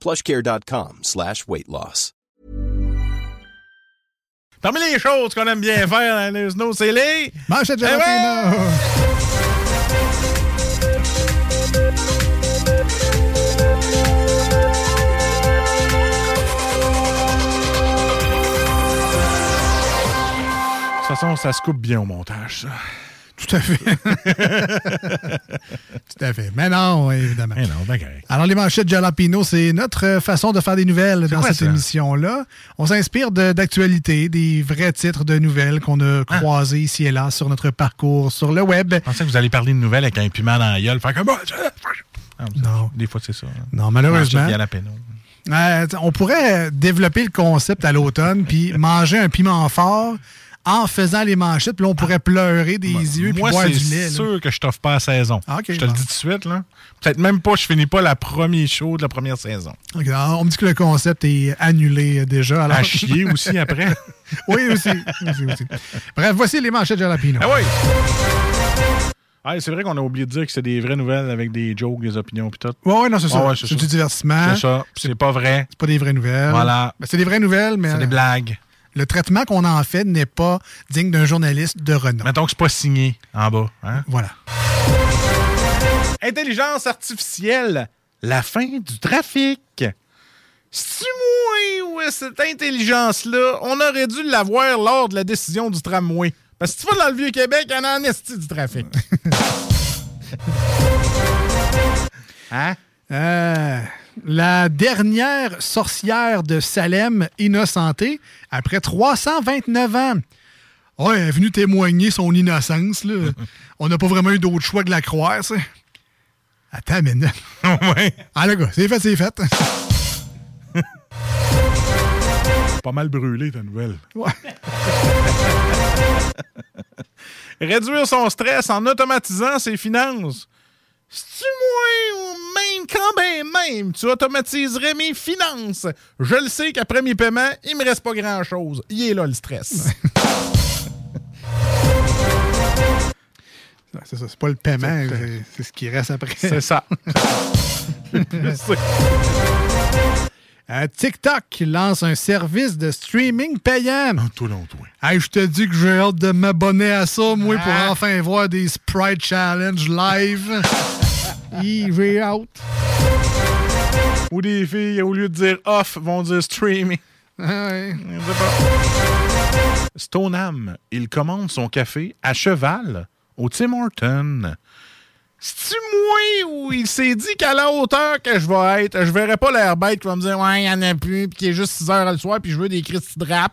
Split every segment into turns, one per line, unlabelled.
plushcare.com slash weight loss.
Parmi les choses qu'on aime bien faire dans There's No c'est les...
Manchette
Eh ouais!
Gelatina!
De toute façon, ça se coupe bien au montage, ça.
Tout à fait. Tout à fait. Mais non, évidemment.
Eh non, ben correct.
Alors, les manchettes Jalapino, c'est notre euh, façon de faire des nouvelles dans
quoi,
cette
ça?
émission-là. On s'inspire de- d'actualités, des vrais titres de nouvelles qu'on a
Ah.
croisés ici et là sur notre parcours sur le web.
Je pensais que vous alliez parler de nouvelles avec un piment dans la gueule. Fait que... bon, Ah,
Non.
Des fois, c'est ça. hein.
Non, malheureusement.
Manchette Jalapeno.
Euh, t- on pourrait euh, développer le concept à l'automne, puis manger un piment fort en faisant les manchettes, puis là, on pourrait pleurer des yeux, puis
Moi,
boire
c'est
du lait. là.
sûr que je t'offre pas la saison.
Ah, ok,
je te
bon.
le dis tout de suite, là. Peut-être même pas, je finis pas la première show de la première saison.
Ok, alors, on me dit que le concept est annulé euh, déjà. Alors...
À chier aussi après.
oui, aussi. Aussi, aussi. Bref, voici les manchettes Jalapino.
Ah oui! Ah, c'est vrai qu'on a oublié de dire que c'est des vraies nouvelles avec des jokes, des opinions pis tout.
Ouais, hein? ouais, non, c'est ça.
Ah ouais, c'est
c'est
ça.
du divertissement.
C'est ça. C'est pas vrai.
C'est pas des vraies nouvelles.
Voilà.
Ben, c'est des vraies nouvelles, mais
C'est des
euh,
blagues.
le traitement qu'on en fait n'est pas digne d'un journaliste de renom.
Mettons que c'est pas signé en bas. hein.
Voilà.
Intelligence artificielle, la fin du trafic. Si moi ou cette intelligence-là, on aurait dû l'avoir lors de la décision du tramway. Parce que si tu vas dans le Vieux-Québec, il y en a en esti du trafic. hein?
Euh, la dernière sorcière de Salem innocentée après 329 ans. Ouais, elle est venue témoigner son innocence. Là. On n'a pas vraiment eu d'autre choix que la croire, ça. Attends, mais non.
ouais.
Ah, le gars, c'est fait, c'est fait.
Pas mal brûlé, ta nouvelle. Réduire son stress en automatisant ses finances. Si tu moins ou même quand ben même, tu automatiserais mes finances. Je le sais qu'après mes paiements, il me reste pas grand-chose. Il est là, le stress.
Non, C'est ça, c'est pas le paiement, c'est- c'est ce qui reste après.
C'est ça.
Euh, TikTok lance un service de streaming payant. Hey, je te dis que j'ai hâte de m'abonner à ça, moi,
Ah.
pour enfin voir des Sprite Challenge live. Hi, j'ai hâte.
Ou des filles, au lieu de dire off, vont dire streaming.
Ah ouais.
Stoneham, il commande son café à cheval au Tim Horton. C'est-tu moi ou il s'est dit qu'à la hauteur que je vais être, je verrai pas l'air bête qui va me dire Ouais, il en a plus, puis qu'il est juste 6 heures le soir, puis je veux des Christy de rap.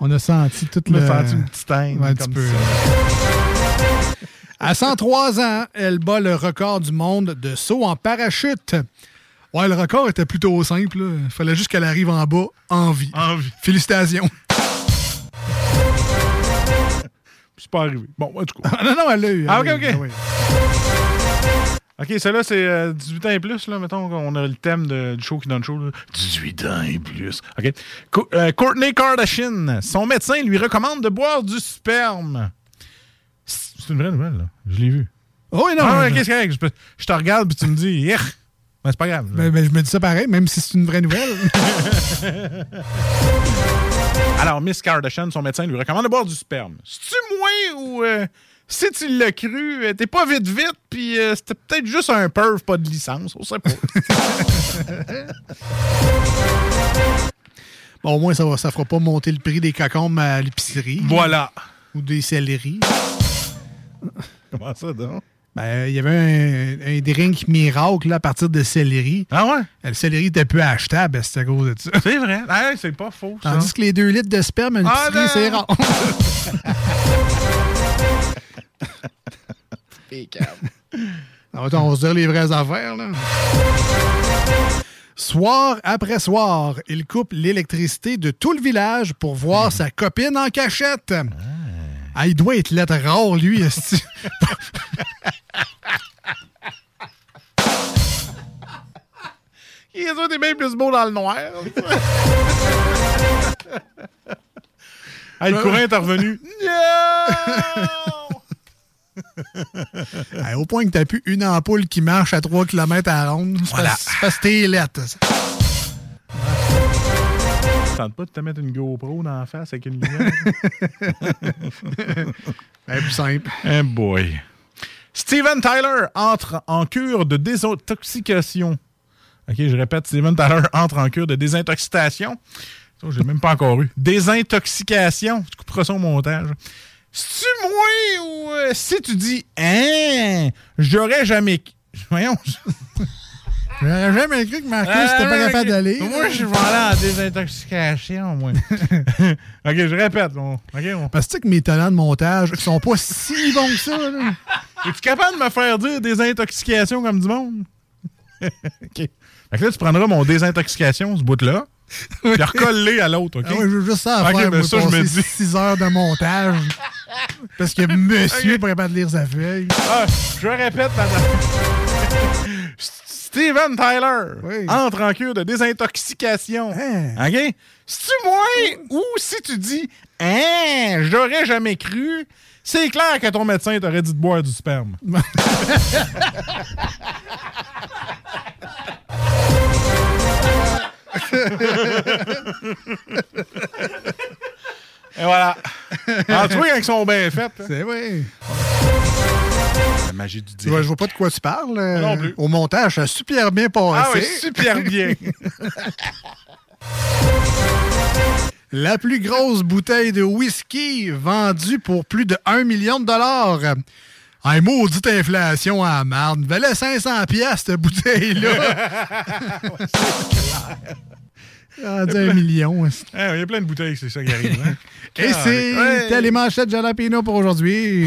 On a senti toute
Je me
le...
sens une petite teinte.
Euh, Ouais, un petit
comme
peu.
ça.
À 103 ans, elle bat le record du monde de saut en parachute. Ouais, le record était plutôt simple. Il fallait juste qu'elle arrive en bas en vie.
En vie.
Félicitations.
C'est pas arrivé. Bon, en tout cas.
Ah, non, non, elle l'a eu.
Ah,
elle l'a
ok,
eu,
ok.
oui.
OK, celle-là, c'est euh, 18 ans et plus, là, mettons qu'on a le thème de- du show qui donne chaud. là. 18 ans et plus. OK. euh, Courtney Kardashian, son médecin lui recommande de boire du sperme. C'est c'est une vraie nouvelle, là. Je l'ai vue.
Oh, oui, non.
Ah,
non.
ouais, qu'est-ce qu'il y a? Je, peux- je te regarde puis tu me dis, Eh, ben, c'est pas grave. là.
Ben, ben, je me dis ça pareil, même si c'est une vraie nouvelle.
Alors, Miss Kardashian, son médecin lui recommande de boire du sperme. C'est-tu moins ou euh, si tu l'as cru, euh, t'es pas vite vite, puis euh, c'était peut-être juste un perv, pas de licence, on sait pas.
Bon, au moins, ça ne ça fera pas monter le prix des cacombes à l'épicerie.
Voilà.
Ou des céleris.
Comment ça, donc?
Ben, il y avait un, un drink miracle là, à partir de céleri.
Ah ouais?
Le céleri était peu achetable, c'est à cause de ça.
C'est vrai. Hey, c'est pas faux, ça.
Tandis que les 2 litres de sperme, à une
Hein? Ah,
épicerie,
ben!
c'est rare. Ah, attends, on va se dire les vraies affaires, là. Soir après soir, il coupe l'électricité de tout le village pour voir sa copine en cachette. Ah, il doit être lettre rare, lui, esti.
Il est des bien plus beau dans le noir.
Ah,
hey, le courant est revenu. Non!
Ah, au point que t'as plus une ampoule qui marche à 3 km à la ronde. c'est
Voilà.
parce- c'est Parce que t'es lettre.
Tu tentes pas de te mettre une GoPro dans la face avec une lumière?
Ben, plus simple.
Eh boy. Steven Tyler entre en cure de désintoxication. OK, je répète, Steven Tyler entre en cure de désintoxication. Ça, j'ai même pas encore eu. Désintoxication. Tu couperas ça au montage. C'est-tu moi ou euh, si tu dis « Hein, j'aurais jamais... » Voyons.
J'aurais jamais cru que Marcus
J'étais
était pas capable d'aller.
Euh, Moi, je vais aller en désintoxication, moi. OK, je répète. on- OK, on...
Parce que tu sais que mes talents de montage sont pas si bons que ça. là.
Es-tu capable de me faire dire désintoxication comme du monde? OK. Fait que là, tu prendras mon désintoxication, ce bout-là, puis recolle-les à l'autre, OK?
Ah ouais, je veux juste ça à
Ok,
faire.
ben
moi,
ça, je me
passer
dis.
six heures de montage. Parce que monsieur pourrait pas de lire sa feuille.
Ah, je répète, madame. Steven Tyler
Oui.
entre en cure de désintoxication.
Hein?
OK? Si tu moins ou si tu dis Hein, j'aurais jamais cru, c'est clair que ton médecin t'aurait dit de boire du sperme. Et voilà. En tout cas, quand ils sont bien faits. hein.
C'est vrai.
La magie du
Je vois, je vois pas de quoi tu parles. euh,
Non plus.
Au montage, ça a super bien passé.
Ah oui, super bien.
La plus grosse bouteille de whisky vendue pour plus de 1 million de dollars. Un maudite inflation à la marde. Valait 500 pièces cette bouteille-là. Rendu un Ah, million. est-ce que-
Ah, Il y a plein de bouteilles, c'est ça qui arrive. hein.
Et c'est
Ouais.
c'était les manchettes de Jalapeno pour aujourd'hui.